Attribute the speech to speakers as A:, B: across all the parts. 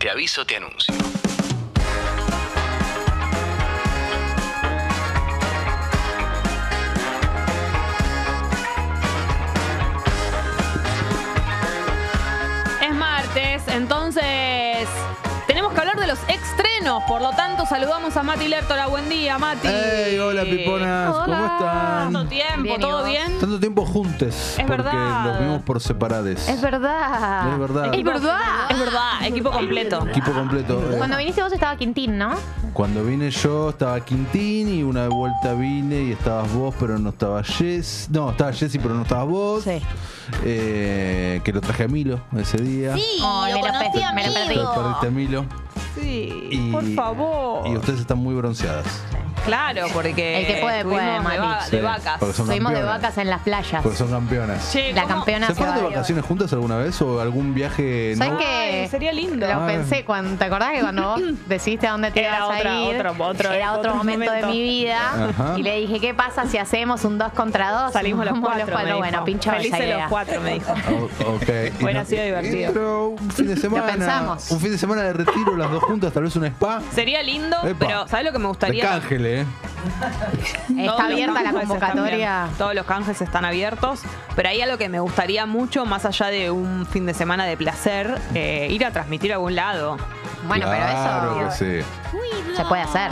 A: Te aviso, te anuncio.
B: Es martes, entonces tenemos que hablar de los estrenos. Por lo tanto, saludamos a Mati Lertora. Buen día, Mati.
C: Hey, hola piponas, ¿cómo
B: ¿Tanto
C: están?
B: tiempo?
D: Bien, ¿y
B: ¿Todo
D: vos?
B: bien?
C: Tanto tiempo juntes,
B: Es
C: porque
B: verdad.
C: los vimos por separades.
D: Es verdad.
C: Es verdad.
D: Es verdad.
B: Es verdad, equipo completo.
C: Equipo completo. eh.
D: Cuando viniste vos estaba Quintín, ¿no?
C: Cuando vine yo estaba Quintín y una vuelta vine y estabas vos, pero no estaba Jess. No, estaba Jessy, pero no estabas vos.
D: Sí.
C: Eh, que lo traje a Milo ese día.
E: Sí,
D: Oh, me
E: lo
D: lo
E: conocí
D: perdí,
E: a
D: me lo
C: Entonces perdiste a Milo.
B: Sí,
C: Y,
B: por favor.
C: Y ustedes están muy bronceadas.
B: Claro, porque.
D: El que puede,
B: estuvimos
D: puede,
B: de,
D: Mati.
B: va- de
C: Sí,
B: vacas.
C: porque son
D: Fuimos de
C: campeonas.
D: vacas en las playas.
C: Porque Pues son campeonas.
B: Che,
D: La
B: ¿cómo?
D: campeona
C: ¿Se
D: se
C: fueron de
D: va
C: vacaciones juntas alguna vez o algún viaje
D: ¿Saben
C: no?
D: qué?
B: Ay, sería lindo.
D: Lo
C: Ah.
D: pensé cuando, ¿te acordás que cuando vos decidiste a dónde te
B: Era
D: ibas
B: otra-
D: a ir?
B: otro- otro-
D: era otro,
B: otro
D: momento,
B: momento.
D: de mi vida.
C: Ajá.
D: Y le dije, ¿qué pasa si hacemos un 2 contra 2?
B: Salimos los cuatro. me dijo.
D: Bueno, pincho esa
B: Felices
D: idea.
B: los cuatro, me dijo.
C: Oh, ok. Y
B: Hubiera sido divertido.
C: y- Pero un fin de semana.
D: pensamos.
C: Un fin de semana de retiro, las dos juntas, tal vez un spa.
B: Sería lindo,
C: Epa.
B: pero ¿sabes lo que me
C: De
B: gustaría?
C: cángel, ¿eh?
B: Todos
D: Está
B: los
D: abierta la
B: canjes están
D: convocatoria.
B: bien, Todos los canjes están abiertos, pero hay algo que me gustaría mucho, más allá de un fin de semana de placer, eh, ir a transmitir a algún lado.
D: Bueno,
C: claro
D: pero eso.
C: que sí.
D: Se puede hacer.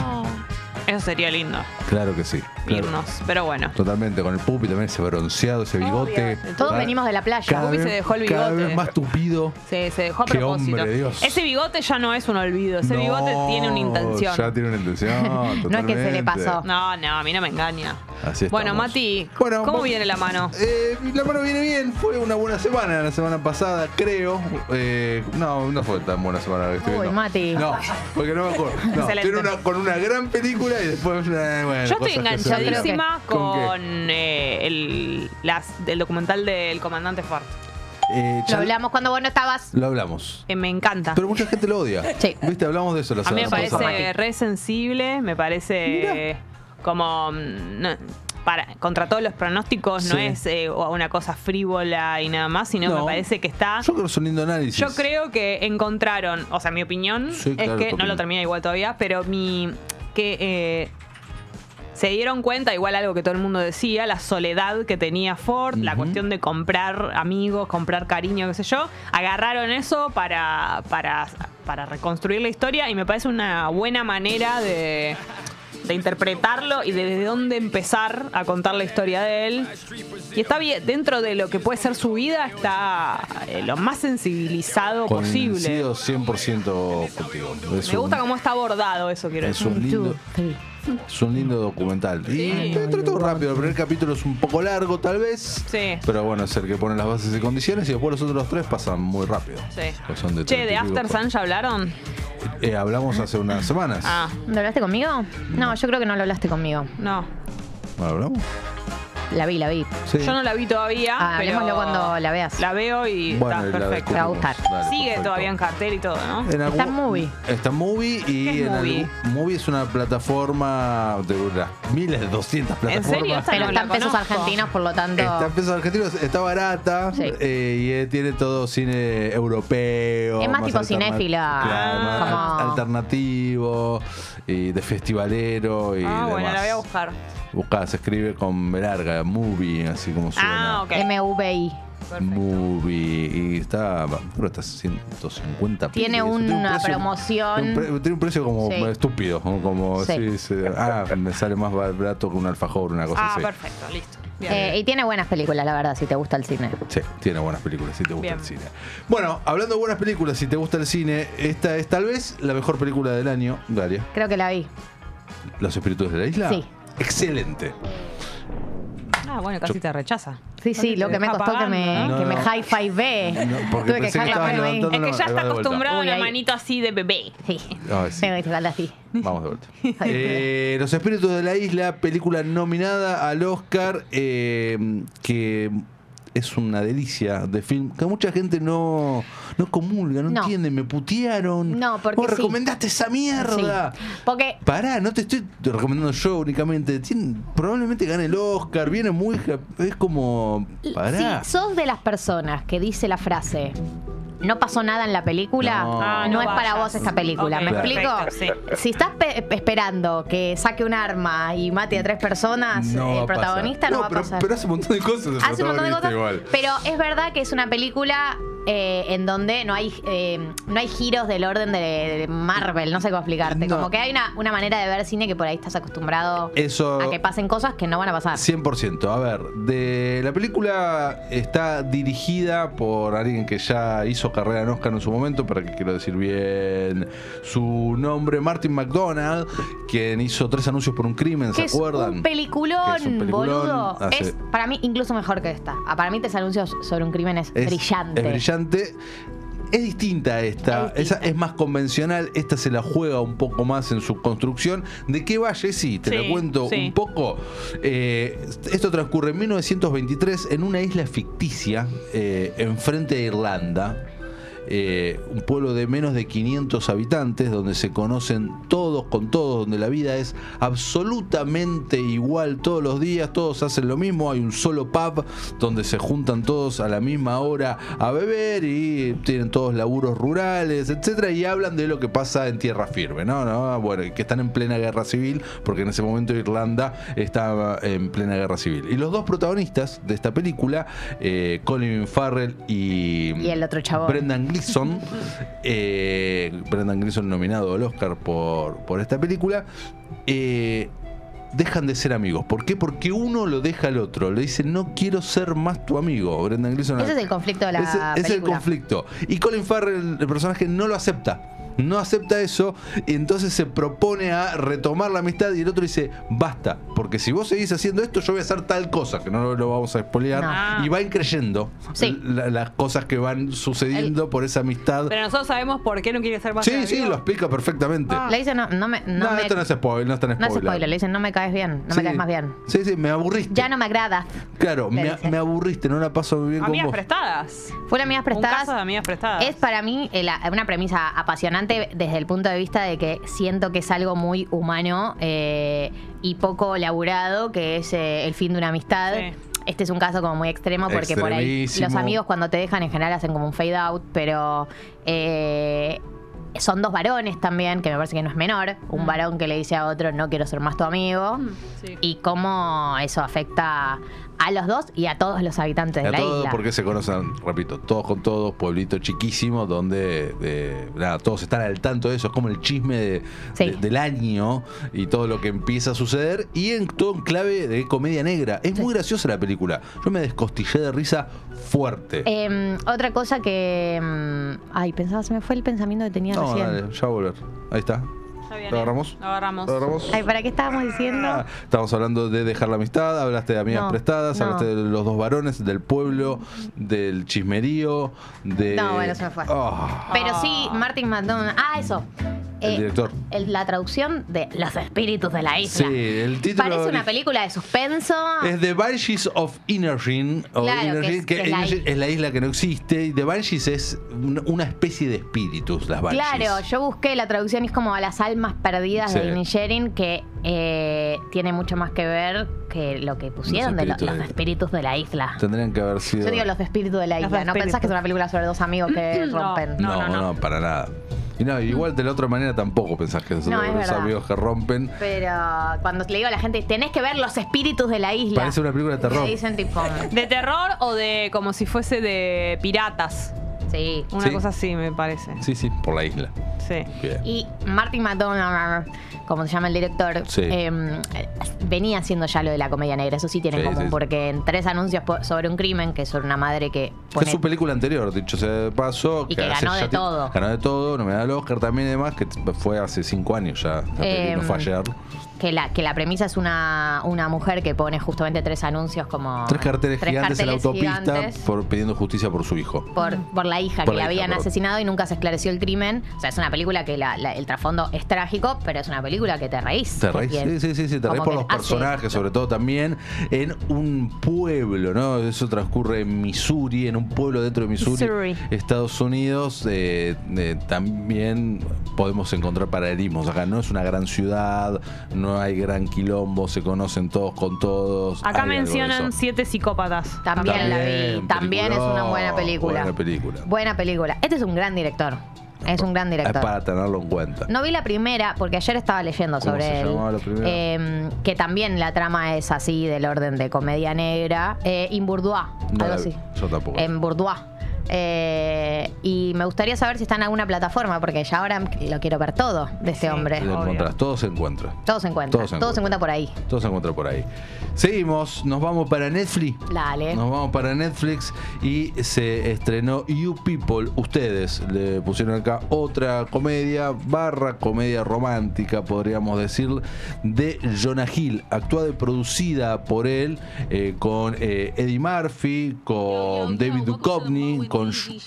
B: Eso sería lindo,
C: Claro que sí. claro.
B: irnos. Pero bueno,
C: Totalmente, con el pupi también ese bronceado, ese bigote.
D: Todos
C: Cada-
D: venimos de la playa.
C: cada
B: Pupi se
C: vez-
B: dejó el
C: Cada
B: bigote.
C: vez más tupido.
B: se, se dejó a
C: Qué
B: propósito.
C: hombre, Dios.
B: Ese bigote ya no es un olvido, ese
C: No,
B: bigote tiene una intención.
C: Ya tiene una intención.
D: No es que se le
C: totalmente.
D: pasó.
B: No, no, a mí no me engaña.
C: Así estamos.
B: bueno, Mati,
C: Bueno,
B: ¿cómo
C: vamos-
B: viene la mano?
C: Eh, la mano viene bien, fue una buena semana la semana pasada, creo. Eh, no, no fue tan buena semana la que estoy
D: Uy,
C: viendo.
D: Mati.
C: No, porque no me acuerdo. No,
B: Excelente.
C: tiene una- con una gran película y después eh, bueno,
B: Yo estoy
C: cosas que se
B: enganchadísima
C: olvidan.
B: con,
C: qué?
B: eh, el, las, el documental del comandante Ford.
C: Eh,
D: Lo
C: chal-
D: hablamos cuando vos no estabas.
C: lo hablamos.
B: Eh, me encanta.
C: Pero mucha gente lo odia.
D: Sí.
C: Viste, hablamos de eso la
B: A mí
C: semana
B: me
C: pasada.
B: parece re sensible, me parece como... mm, no- para, contra todos los pronósticos no
C: Sí.
B: es eh, una cosa frívola y nada más, sino
C: No.
B: me parece que está...
C: Yo creo que es un lindo análisis.
B: Yo creo que encontraron, o sea, mi opinión
C: Sí,
B: es
C: claro, tu
B: que no
C: opinión.
B: lo termina igual todavía, pero mi que eh, se dieron cuenta, igual algo que todo el mundo decía, la soledad que tenía Ford, la
C: Ujú.
B: cuestión de comprar amigos, comprar cariño, qué sé yo, agarraron eso para para para reconstruir la historia y me parece una buena manera de de interpretarlo y desde dónde empezar a contar la historia de él. Y está bien, dentro de lo que puede ser su vida, está eh, lo más sensibilizado posible.
C: Coincido 100% contigo. Es
B: Me
C: un-
B: gusta cómo está abordado eso, quiero
C: Es
B: decir.
C: un lindo, es un lindo documental.
B: Ah,
C: Y te entra todo rápido. El primer capítulo es un poco largo, tal vez.
B: Sí.
C: Pero bueno, es el que pone las bases y condiciones. Y después los otros tres pasan muy rápido.
B: Sí.
C: Pues son de
B: Che,
C: treinta
B: ¿de
C: y pico,
B: After Sun ya hablaron?
C: cuarenta. Eh, hablamos hace unas semanas.
B: Ah,
D: ¿Lo hablaste conmigo? No, yo creo que no lo hablaste conmigo.
B: no.
C: ¿No ¿Hablamos?
D: La vi, la vi.
C: Sí.
B: Yo no la vi todavía.
D: Ah,
B: pero
D: hablemoslo cuando la veas.
B: La veo y
C: Bueno, y
B: está
C: la
B: perfecto.
C: discutimos.
D: Te va a gustar.
C: Dale,
B: Sigue
C: perfecto.
B: todavía en cartel y todo, ¿no?
C: En
D: Está
C: algún-
D: en Movie.
C: Está en Movie y
B: ¿Qué es
C: en
B: Movie?
C: algún- Movie es una plataforma de unas miles de
B: ¿En
C: 200 plataformas.
B: serio? Esta
D: Pero
B: no
D: está
B: la
D: en pesos
B: conozco.
D: argentinos, por lo tanto.
C: Está en pesos argentinos, está barata
D: Sí.
C: eh, y eh, tiene todo cine europeo.
D: Es más tipo
C: alterna-
D: cinéfila,
C: Claro, más
D: como-
C: al- alternativo y de festivalero y
B: Ah, bueno,
C: demás.
B: la voy a buscar.
C: Buscá, se escribe con B larga, movie, así como suena.
B: Ah, ok.
D: MVI.
C: Movie y está, creo que está 150
D: Tiene
C: pesos. un
D: una
C: precio-
D: promoción.
C: tiene un pre- Tiene un precio como
D: Sí.
C: estúpido, como- como
D: Sí.
C: sí, sí, ah, me sale más barato que un alfajor, una cosa
B: Ah,
C: así.
B: perfecto, listo. Bien.
D: Eh, y tiene buenas películas, la verdad, si te gusta el cine.
C: Sí, tiene buenas películas, si te gusta
B: Bien.
C: el cine. Bueno, hablando de buenas películas, si te gusta el cine, esta es tal vez la mejor película del año, Daria.
D: Creo que la vi.
C: Los espíritus de la isla.
D: Sí.
C: Excelente.
B: ah, bueno, casi
C: Yo-
B: te rechaza.
D: Sí, sí, lo que me
B: Está
D: costó que me,
B: pagando,
C: ¿no?
D: que me
C: No, no.
D: hi-fi ve.
C: No, porque
D: Eh, Tuve que
C: pensé que
D: dejarla
C: estabas
D: ver,
C: levantando
D: ve.
B: Es que ya
C: Ahí
B: está
C: va de vuelta.
B: acostumbrado a
D: Uy,
B: la
D: ahí.
B: manito así de bebé.
D: Sí.
C: Ay, sí.
D: Tengo que tocarla así.
C: Vamos de vuelta.
D: Ay,
C: Eh, Los espíritus de la isla, película nominada al Oscar, eh, que es una delicia de film, que mucha gente no, no comulga, no,
D: No.
C: entiende, me putearon.
D: No, porque
C: Vos
D: sí.
C: recomendaste esa mierda.
D: Sí. Porque
C: Pará, no te estoy recomendando yo únicamente. Tien- probablemente gane el Oscar, viene muy. ja- Es como. Pará.
D: si sos de las personas que dice la frase, no pasó nada en la película,
C: No.
D: no,
C: Ah,
B: no
D: es para
B: vayas.
D: vos esta película.
B: Ok,
D: ¿Me
B: perfecto,
D: explico?
B: sí.
D: Si estás pe- esperando que saque un arma y mate a tres personas,
C: va
D: el
C: a pasar.
D: eh, protagonista no, va
C: pero,
D: a pasar.
C: Pero hace un montón de cosas. el
D: Hace un montón de
C: protagonista
D: cosas.
C: Igual.
D: Pero es verdad que es una película eh, en donde no hay eh, no hay giros del orden de, de Marvel, no sé cómo explicarte.
C: No.
D: Como que hay una, una manera de ver cine que por ahí estás acostumbrado
C: Eso-
D: a que pasen cosas que no van a pasar.
C: 100%. A ver, de la película está dirigida por alguien que ya hizo carrera en Oscar en su momento, para que quiero decir bien su nombre, Martin McDonald, quien hizo tres anuncios por un crimen, ¿se
D: Que es
C: acuerdan?
D: un
C: Que
D: peliculón,
C: es un peliculón,
D: boludo.
C: hace-
D: Es para mí incluso mejor que esta. Ah, Para mí, tres anuncios sobre un crimen es, brillante.
C: Es brillante. Es distinta a esta,
D: Es
C: Esa
D: distinta.
C: es más convencional, esta se la juega un poco más en su construcción. ¿De qué va Jessy? Te
B: Sí,
C: lo cuento
B: sí.
C: un poco. Eh, esto transcurre en 1923 en una isla ficticia, eh, enfrente de Irlanda. Eh, un pueblo de menos de 500 habitantes, donde se conocen todos con todos, donde la vida es absolutamente igual todos los días, todos hacen lo mismo, hay un solo pub donde se juntan todos a la misma hora a beber y tienen todos laburos rurales, etcétera, y hablan de lo que pasa en tierra firme, ¿no? ¿No? Ah, Bueno, y que están en plena guerra civil, porque en ese momento Irlanda estaba en plena guerra civil. Y los dos protagonistas de esta película, eh, Colin Farrell y,
D: Y el otro chabón.
C: Brendan Gleeson, eh, Brendan Gleeson nominado al Oscar por, por esta película, eh, dejan de ser amigos. ¿Por qué? Porque uno lo deja al otro. Le dice, no quiero ser más tu amigo. Brendan Gleeson.
D: Ese es el conflicto de la
C: Ese-
D: película.
C: ese es el conflicto. Y Colin Farrell, el personaje, no lo acepta. No acepta eso, y entonces se propone a retomar la amistad y el otro dice, basta, porque si vos seguís haciendo esto, yo voy a hacer tal cosa, que no lo, lo vamos a espolear.
B: No.
C: Y va increyendo
D: Sí.
C: la- las cosas que van sucediendo por esa amistad.
B: Pero nosotros sabemos por qué no quiere ser más
C: Sí, sí, lo explica perfectamente.
B: Ah.
D: Le dicen, no, no me. No,
C: no,
D: me-
C: esto no es spoiler, no es tan
D: no es
C: spoiler.
D: spoiler. Le dicen, no me caes bien. No me
C: Sí.
D: caes más bien.
C: Sí, sí, me aburriste.
D: Ya no me agradas.
C: Claro,
D: Le
C: me,
D: dicen.
C: me aburriste, no la paso bien con
B: Amigas
C: vos.
B: prestadas.
D: Fueron amigas
B: Un caso de
D: prestadas.
B: amigas prestadas.
D: Es para mí eh, la- una premisa apasionante desde el punto de vista de que siento que es algo muy humano eh, y poco laburado, que es eh, el fin de una amistad.
B: Sí.
D: Este es un caso como muy extremo porque por ahí
C: Extremísimo.
D: los amigos cuando te dejan en general hacen como un fade out, pero eh, son dos varones también, que me parece que no es menor. Un varón que le dice a otro no quiero ser más tu amigo.
B: Mm. Sí.
D: Y cómo eso afecta a los dos y a todos los habitantes de
C: A
D: la
C: todos
D: isla.
C: porque se conocen, repito, todos con todos, pueblito chiquísimo, donde eh, nada, todos están al tanto de eso, es como el chisme de-
D: Sí.
C: de- del año y todo lo que empieza a suceder, y en todo en clave de comedia negra. Es muy graciosa la película, yo me descostillé de risa fuerte.
D: Eh, otra cosa que. mm, Ay, pensaba, se me fue el pensamiento que tenía
C: no,
D: recién.
C: dale, ya va a volver. Ahí está.
B: Ya viene.
C: ¿Lo agarramos?
B: eh. Lo agarramos.
C: ¿Lo agarramos?
D: Ay, ¿para qué estábamos diciendo?
C: Ah, Estamos hablando de dejar la amistad, hablaste de amigas
D: No,
C: prestadas,
D: no.
C: hablaste de los dos varones, del pueblo, del chismerío, de...
D: No, bueno, se me fue.
C: Ah,
D: Pero sí, Martin McDonald. Ah, eso.
C: El director.
D: el- la traducción de Los espíritus de la
C: sí,
D: isla.
C: el título...
D: Parece una película de suspenso.
C: Es The Banshees of Inisherin, o
D: Claro, que
C: Inisherin,
D: es- que es la
C: Inisherin
D: isla.
C: es la isla que no existe. Y The Banshees es un- una especie de espíritus, las Banshees.
D: Claro, yo busqué la traducción y es como a las almas perdidas
C: Sí.
D: de Inisherin, que eh, tiene mucho más que ver que lo que pusieron de lo-
C: espíritus de-
D: los espíritus de la isla.
C: Tendrían que haber sido...
D: Yo digo los espíritus de la
B: Los
D: isla. ¿No pensás
B: espíritus.
D: que es una película sobre dos amigos que rompen?
B: No,
C: No, no,
B: no, no.
C: para nada. Y no, igual de la otra manera tampoco pensás que son
D: No, es
C: los
D: verdad.
C: amigos que rompen.
D: Pero cuando le digo a la gente, tenés que ver los espíritus de la isla.
C: Parece una película de terror.
D: Me dicen tipo,
B: ¿De terror o de como si fuese de piratas?
D: sí.
B: Una
C: Sí.
B: cosa así, me parece.
C: Sí, sí, por la isla.
B: Sí.
C: Bien.
D: Y Martin McDonald, como se llama el director,
C: Sí.
D: eh, venía haciendo ya lo de la comedia negra. Eso sí tienen
C: Sí,
D: común,
C: sí.
D: porque en tres anuncios po- sobre un crimen, que es sobre una madre que
C: Que es
D: pone
C: su película anterior, dicho sea de paso.
D: Y que
C: hace
D: ganó
C: ya
D: de
C: tiemp-
D: todo.
C: Ganó de todo, nominada al Oscar también y demás, que t- fue hace cinco años ya. la peli,
D: Eh,
C: no fue ayer.
D: que la, que la premisa es una, una mujer que pone justamente tres anuncios como...
C: Tres carteles
D: tres
C: gigantes
D: carteles
C: en la
D: gigantes
C: autopista por, pidiendo justicia por su hijo.
D: por, por la hija
C: Por
D: que
C: la
D: la
C: hija,
D: habían
C: perdón.
D: asesinado y nunca se esclareció el crimen. O sea, es una película que la- la- el trasfondo es trágico, pero es una película que te reís.
C: Te reís, sí,
D: Porque-
C: sí, sí, sí, te
D: como
C: reís por
D: que
C: los
D: hace-
C: personajes, sobre todo también en un pueblo, ¿no? Eso transcurre en Missouri, en un pueblo dentro de Missouri,
B: Missouri.
C: Estados Unidos, eh, eh, también podemos encontrar paralelismos. Acá no es una gran ciudad, no hay gran quilombo, se conocen todos con todos.
B: Acá
C: hay algo de
B: mencionan
C: eso.
B: siete psicópatas.
D: También, la vi.
C: También,
D: También es una buena película.
C: peliculón, buena película.
D: Buena película. Este es un gran director. Es un gran
C: Es
D: director.
C: para tenerlo en cuenta.
D: No vi la primera, porque ayer estaba leyendo
C: ¿Cómo
D: sobre
C: se
D: él.
C: llamaba la primera?
D: eh, que también la trama es así, del orden de comedia negra. Eh, in Bourdois,
C: No la
D: algo
C: vi.
D: así. Em,
C: Yo tampoco.
D: En Bourdois. Eh, y me gustaría saber si está en alguna plataforma, porque ya ahora lo quiero ver todo de este
B: Sí.
D: hombre.
C: Lo
B: Obvio.
C: encontrás, todo se encuentra.
D: Todo se encuentra.
C: Todo se
D: Todo se
C: encuentra.
D: encuentra por ahí.
C: Todo se encuentra por ahí. Seguimos, nos vamos para Netflix.
D: Dale.
C: Nos vamos para Netflix y se estrenó You People. Ustedes le pusieron acá otra comedia, barra comedia romántica, podríamos decir, de Jonah Hill, actuada y producida por él, eh, con eh, Eddie Murphy, con David Duchovny, con, Ju-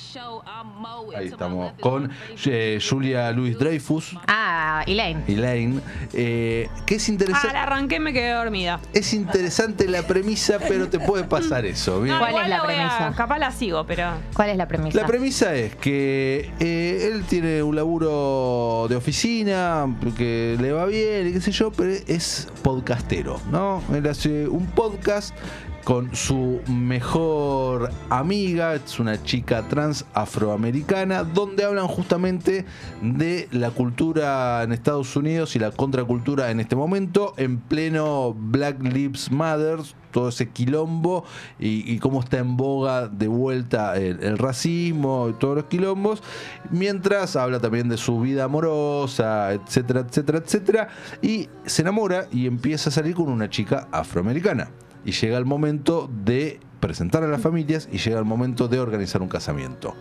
C: ahí estamos, con eh, Julia Louis Dreyfus.
D: Ah, Elaine.
C: Elaine, eh, que es
B: Ah,
C: interesante.
B: la arranqué y me quedé dormida.
C: Es interesante la premisa, pero te puede pasar eso. ¿bien?
B: No,
D: ¿Cuál
B: igual
D: es la
B: voy a-
D: premisa?
B: capaz la sigo, pero.
D: ¿Cuál es la premisa?
C: La premisa es que eh, él tiene un laburo de oficina, que le va bien y qué sé yo, pero es podcastero, ¿no? Él hace un podcast con su mejor amiga, es una chica trans afroamericana, donde hablan justamente de la cultura en Estados Unidos y la contracultura en este momento, en pleno Black Lives Matter, todo ese quilombo y, y cómo está en boga de vuelta el, el racismo y todos los quilombos, mientras habla también de su vida amorosa, etcétera, etcétera, etcétera, y se enamora y empieza a salir con una chica afroamericana. Y llega el momento de presentar a las familias y llega el momento de organizar un casamiento.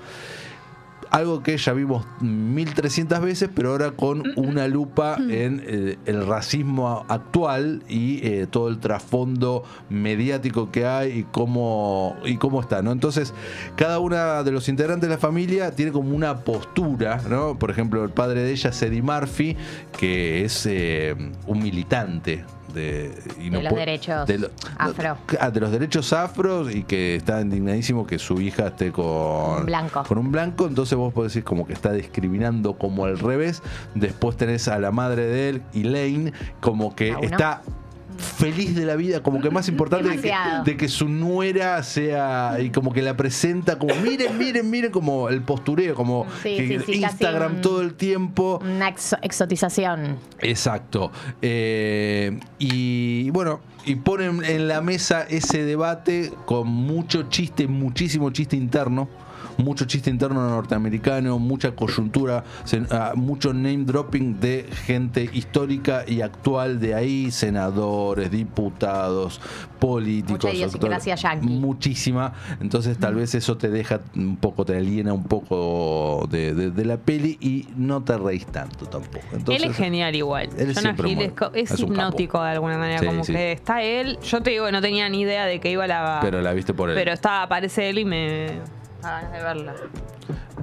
C: Algo que ya vimos 1300 veces, pero ahora
D: Mm,
C: con una lupa en eh, el racismo actual y eh, todo el trasfondo mediático que hay y cómo, y cómo está, ¿no? Entonces, cada una de los integrantes de la familia tiene como una postura, ¿no? Por ejemplo, el padre de ella es Eddie Murphy, que es eh, un militante. De, y
D: De los
C: puede-
D: derechos
C: lo-
D: afro.
C: Ah, de los derechos afros y que está indignadísimo que su hija esté con
D: Un blanco.
C: Con un blanco, entonces vos podés decir como que está discriminando como al revés. Después tenés a la madre de él, Elaine, como que
D: Ah, bueno.
C: está feliz de la vida, como que más importante de que,
D: Demasiado.
C: de que su nuera sea y como que la presenta como miren, miren, miren como el postureo, como
D: Sí,
C: que
D: sí, sí, casi
C: Instagram
D: un-
C: todo el tiempo.
D: Una exo- exotización.
C: Exacto. Eh, y bueno, y ponen en la mesa ese debate con mucho chiste, muchísimo chiste interno. Mucho chiste interno norteamericano, mucha coyuntura, se- ah, mucho name dropping de gente histórica y actual de ahí, senadores, diputados, políticos.
D: Mucha idiosincrasia
C: actores,
D: yankee.
C: Muchísima. Entonces tal vez eso te deja un poco, te aliena un poco de, de- de la peli y no te reís tanto tampoco. Entonces,
B: él es genial igual.
C: él
B: Jonah
C: siempre
B: Hill
C: muy-
B: es, co- es
C: es un capo.
B: hipnótico de alguna manera.
C: Sí,
B: como
C: sí.
B: que está él. Yo te digo, no tenía ni idea de que iba la.
C: Pero la viste por él.
B: pero está, aparece él y me. da ganas de verla.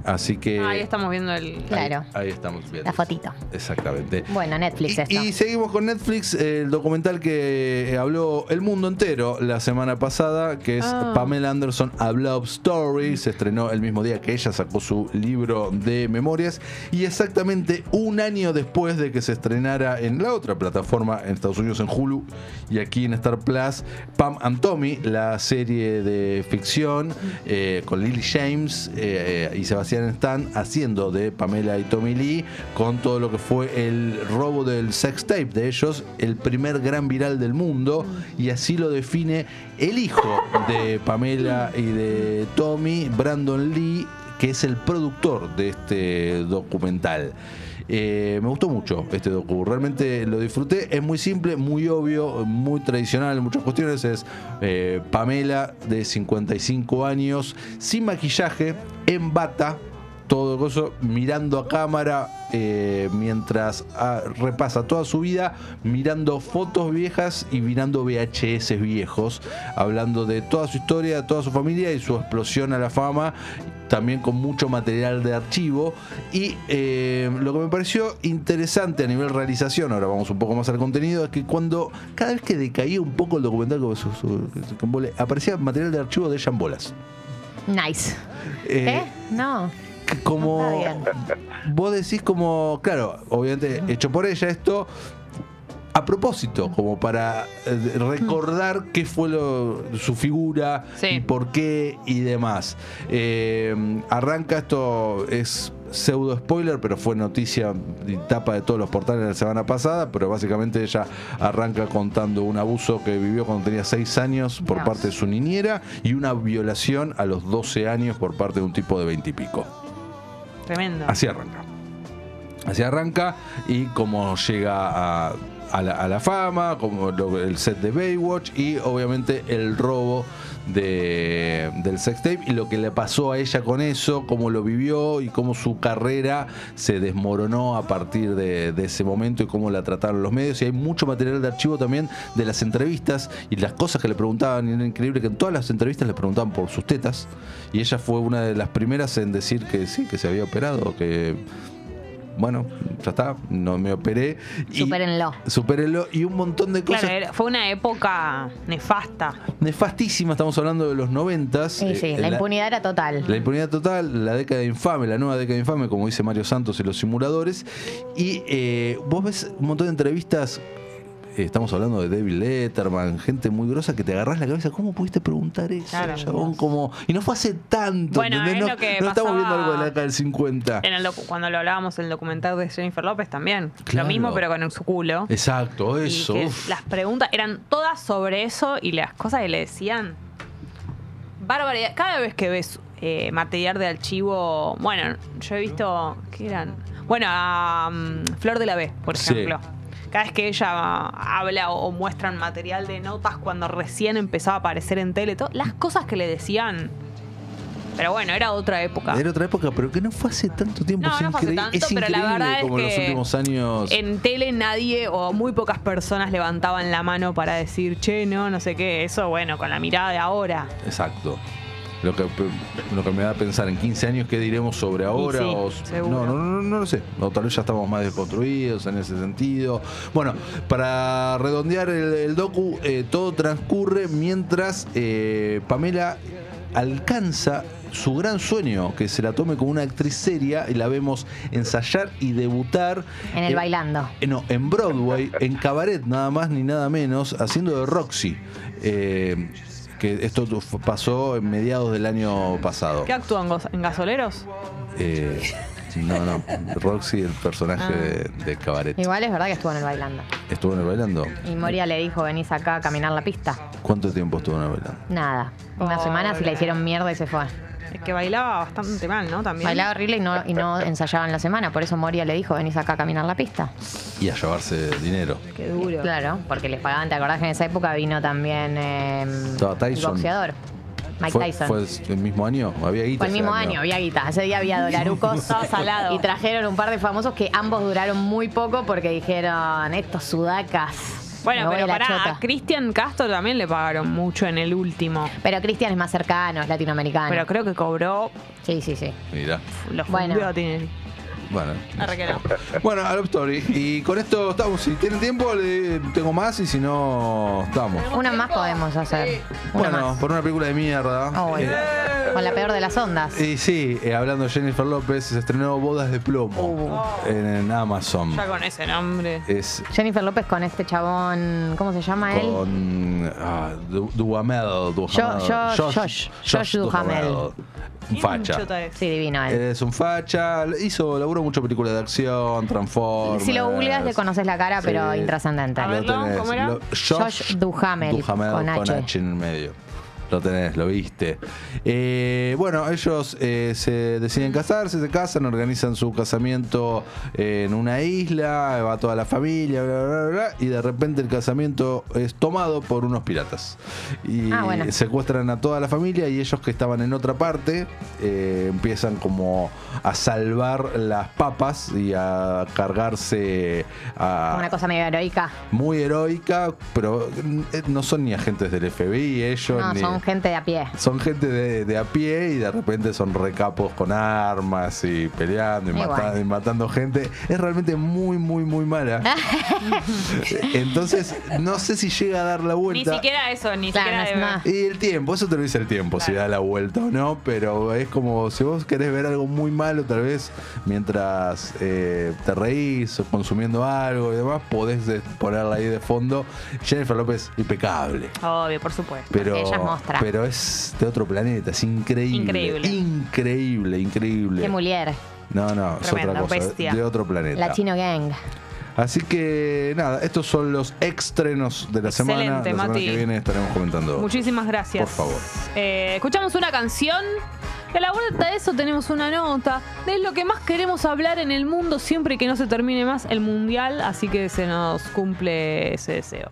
C: Así que.
B: Ah, ahí estamos viendo el.
D: Claro.
C: Ahí estamos viendo.
D: La fotito.
C: Exactamente.
D: Bueno, Netflix esto.
C: Y, y seguimos con Netflix, el documental que eh, habló el mundo entero la semana pasada, que es
B: Ah.
C: Pamela Anderson A Love Story. Se estrenó el mismo día que ella sacó su libro de memorias. Y exactamente un año después de que se estrenara en la otra plataforma en Estados Unidos, en Hulu, y aquí en Star Plus, Pam and Tommy, la serie de ficción eh, con Lily James eh, y Sebastián Stan haciendo de Pamela y Tommy Lee con todo lo que fue el robo del sex tape de ellos, el primer gran viral del mundo y así lo define el hijo de Pamela y de Tommy, Brandon Lee, que es el productor de este documental. Eh, me gustó mucho este docu, realmente lo disfruté. Es muy simple, muy obvio, muy tradicional en muchas cuestiones. Es eh, Pamela de 55 años, sin maquillaje, en bata, todo el coso, mirando a cámara eh, mientras ah, repasa toda su vida, mirando fotos viejas y mirando VHS viejos, hablando de toda su historia, toda su familia y su explosión a la fama, también con mucho material de archivo. Y eh, lo que me pareció interesante a nivel realización, ahora vamos un poco más al contenido, es que cuando cada vez que decaía un poco el documental, como su- su- su- con bole- aparecía material de archivo de Jambolas.
D: Nice.
C: Eh,
D: ¿Eh? No.
C: c- como.
D: No está
C: Vos decís como. Claro, obviamente hecho por ella esto. A propósito, como para eh, recordar qué fue lo- su figura
B: Sí.
C: y por qué y demás. Eh, arranca esto, es pseudo spoiler, pero fue noticia y tapa de todos los portales la semana pasada, pero básicamente ella arranca contando un abuso que vivió cuando tenía 6 años por
D: Dios.
C: parte de su niñera y una violación a los 12 años por parte de un tipo de 20 y pico.
B: Tremendo.
C: Así arranca. Así arranca y cómo llega a, a la, a la fama, como lo- el set de Baywatch y obviamente el robo de, del sextape y lo que le pasó a ella con eso, cómo lo vivió y cómo su carrera se desmoronó a partir de, de ese momento y cómo la trataron los medios. Y hay mucho material de archivo también de las entrevistas y las cosas que le preguntaban. Y era increíble que en todas las entrevistas le preguntaban por sus tetas y ella fue una de las primeras en decir que sí, que se había operado, que bueno, ya está, no me operé. y-
D: Supérenlo.
C: Supérenlo y un montón de cosas
B: Claro, era- fue una época nefasta.
C: nefastísimas, estamos hablando de los noventas.
D: Sí, sí,
C: eh,
D: la,
C: la-
D: impunidad era total.
C: La impunidad total, la década infame, la nueva década infame, como dice Mario Santos y los simuladores. Y eh, vos ves un montón de entrevistas, eh, estamos hablando de David Letterman, gente muy grosa que te agarrás la cabeza, ¿cómo pudiste preguntar eso?
B: Claro.
C: chabón? Como, y no fue hace tanto,
B: Bueno,
C: ¿entendés?
B: es
C: no
B: lo que
C: no estamos
B: pasaba-
C: viendo algo de la década del 50.
B: En el docu- cuando lo hablábamos en el documental de Jennifer López también. Lo
C: Claro.
B: mismo, pero con su culo.
C: Exacto,
B: Y
C: eso.
B: que
C: uf.
B: las preguntas eran todas sobre eso y las cosas que le decían. Barbaridad. Cada vez que ves eh, material de archivo. Bueno, yo he visto. ¿Qué eran? Bueno, a mm, Flor de la B, por
C: Sí.
B: ejemplo. Cada vez que ella habla o, o muestran material de notas cuando recién empezaba a aparecer en tele, todo, las cosas que le decían. Pero bueno, era otra época.
C: Era otra época, pero que no fue hace tanto tiempo.
B: No,
C: es
B: no fue hace
C: increíble,
B: tanto,
C: es
B: pero la
C: increíble
B: verdad es
C: como en los
B: que
C: últimos años.
B: En tele nadie o muy pocas personas levantaban la mano para decir, che, no, no sé qué. Eso, bueno, con la mirada de ahora.
C: Exacto. Lo que, lo que me da a pensar en 15 años, ¿qué diremos sobre ahora?
B: sí,
C: O-
B: seguro.
C: no, no, no, no lo sé. O tal vez ya estamos más desconstruidos en ese sentido. Bueno, para redondear el, el docu, eh, todo transcurre mientras eh, Pamela alcanza su gran sueño, que se la tome como una actriz seria y la vemos ensayar y debutar
D: En el
C: eh,
D: bailando.
C: eh, No, en Broadway, en cabaret, nada más ni nada menos, haciendo de Roxy. Eh, que esto tu- fu- pasó en mediados del año pasado.
B: ¿Qué actúan gos- en gasoleros?
C: Eh, no, no, Roxy, el
D: Ah.
C: personaje de, de cabaret.
D: Igual es verdad que estuvo en el bailando.
C: ¿Estuvo en el bailando?
D: Y Moria le dijo, venís acá a caminar la pista.
C: ¿Cuánto tiempo estuvo en el bailando?
D: Nada. Una
B: Pobre.
D: semana se la hicieron mierda y se fue.
B: Es que bailaba bastante mal, ¿no? También.
D: Bailaba horrible y no, y no ensayaban la semana. Por eso Moria le dijo, venís acá a caminar la pista.
C: Y a llevarse dinero.
B: Qué duro.
D: Claro, porque les pagaban, ¿te acordás que en esa época vino también eh,
C: Estaba Tyson.
D: boxeador? Mike
C: ¿Fue,
D: Tyson.
C: ¿Fue el mismo año? ¿Había guita?
D: Fue el
C: ese
D: mismo año, había guita. Ese día había dolarucos.
B: Estaba salado.
D: Y trajeron un par de famosos que ambos duraron muy poco porque dijeron, estos sudacas.
B: Bueno,
D: me voy
B: pero
D: a la
B: pará,
D: chota".
B: a Cristian Castro también le pagaron mucho en el último.
D: Pero Cristian es más cercano, es latinoamericano.
B: Pero creo que cobró,
D: sí, sí, sí.
C: Mirá.
B: lo
D: Bueno.
B: fundió a Tinelli.
C: Bueno.
B: Arre que no.
C: Bueno, a Love Story. Y con esto estamos. Si tienen tiempo, le- tengo más y si no, estamos.
D: Una más podemos hacer. Una
C: Bueno,
D: más.
C: por una película de mierda.
D: Oh, bueno.
C: Eh,
D: Con la peor de las ondas.
C: y sí, eh, hablando de Jennifer López, se estrenó Bodas de Plomo
D: Uh.
C: en, en Amazon.
B: Ya con ese nombre.
C: Es
D: Jennifer López con este chabón, ¿cómo se llama él?
C: con ah, Du- Duhamel. Duhamel.
D: Josh- Josh- Josh Duhamel.
C: Un
B: Chota
C: Facha.
B: es.
D: Sí, divino él.
C: Es un facha. Hizo, laburó mucho películas de acción, Transformers.
D: Si lo googleas le conoces la cara, pero intrascendente.
B: A ver,
C: Lo tenés.
B: ¿cómo era?
C: Lo-
D: Josh Duhamel,
C: con,
D: con
C: H.
D: H.
C: en el medio. Lo tenés, lo viste. Eh, bueno, ellos eh, se deciden casarse, se casan, organizan su casamiento eh, en una isla, va toda la familia, bla, bla, bla, bla, y de repente el casamiento es tomado por unos piratas. Y
D: Ah, bueno.
C: secuestran a toda la familia y ellos que estaban en otra parte eh, empiezan como a salvar las papas y a cargarse a,
D: Una cosa medio heroica.
C: muy heroica, pero eh, no son ni agentes del FBI ellos,
D: No,
C: ni,
D: son Son gente de a pie.
C: Son gente de, de a pie y de repente son recapos con armas y peleando y,
D: Igual.
C: mata- y matando gente. Es realmente muy, muy, muy mala. Entonces, no sé si llega a dar la
B: Ni
C: vuelta.
B: siquiera eso, ni
D: Claro, no es
B: siquiera
D: más.
B: de
C: Y el tiempo, eso te lo dice el tiempo, si
B: Claro.
C: da la vuelta o no, pero es como si vos querés ver algo muy malo, tal vez mientras eh, te reís o consumiendo algo y demás, podés de- ponerla ahí de fondo. Jennifer López, impecable.
B: Obvio, por supuesto.
C: Pero,
D: Porque ella es mostra.
C: pero es de otro planeta, es increíble.
B: Increíble.
C: Increíble, increíble.
D: Qué mulier.
C: No, no, es
B: Tremenda
C: otra cosa.
B: bestia.
C: De otro planeta.
D: La Chino Gang.
C: Así que nada, estos son los estrenos de la semana. La
B: Excelente,
C: semana
B: Mati.
C: que viene estaremos comentando. otros.
B: Muchísimas gracias.
C: Por favor.
B: Eh, escuchamos una canción. Y a la vuelta de eso tenemos una nota. De lo que más queremos hablar en el mundo siempre que no se termine más el mundial. Así que se nos cumple ese deseo.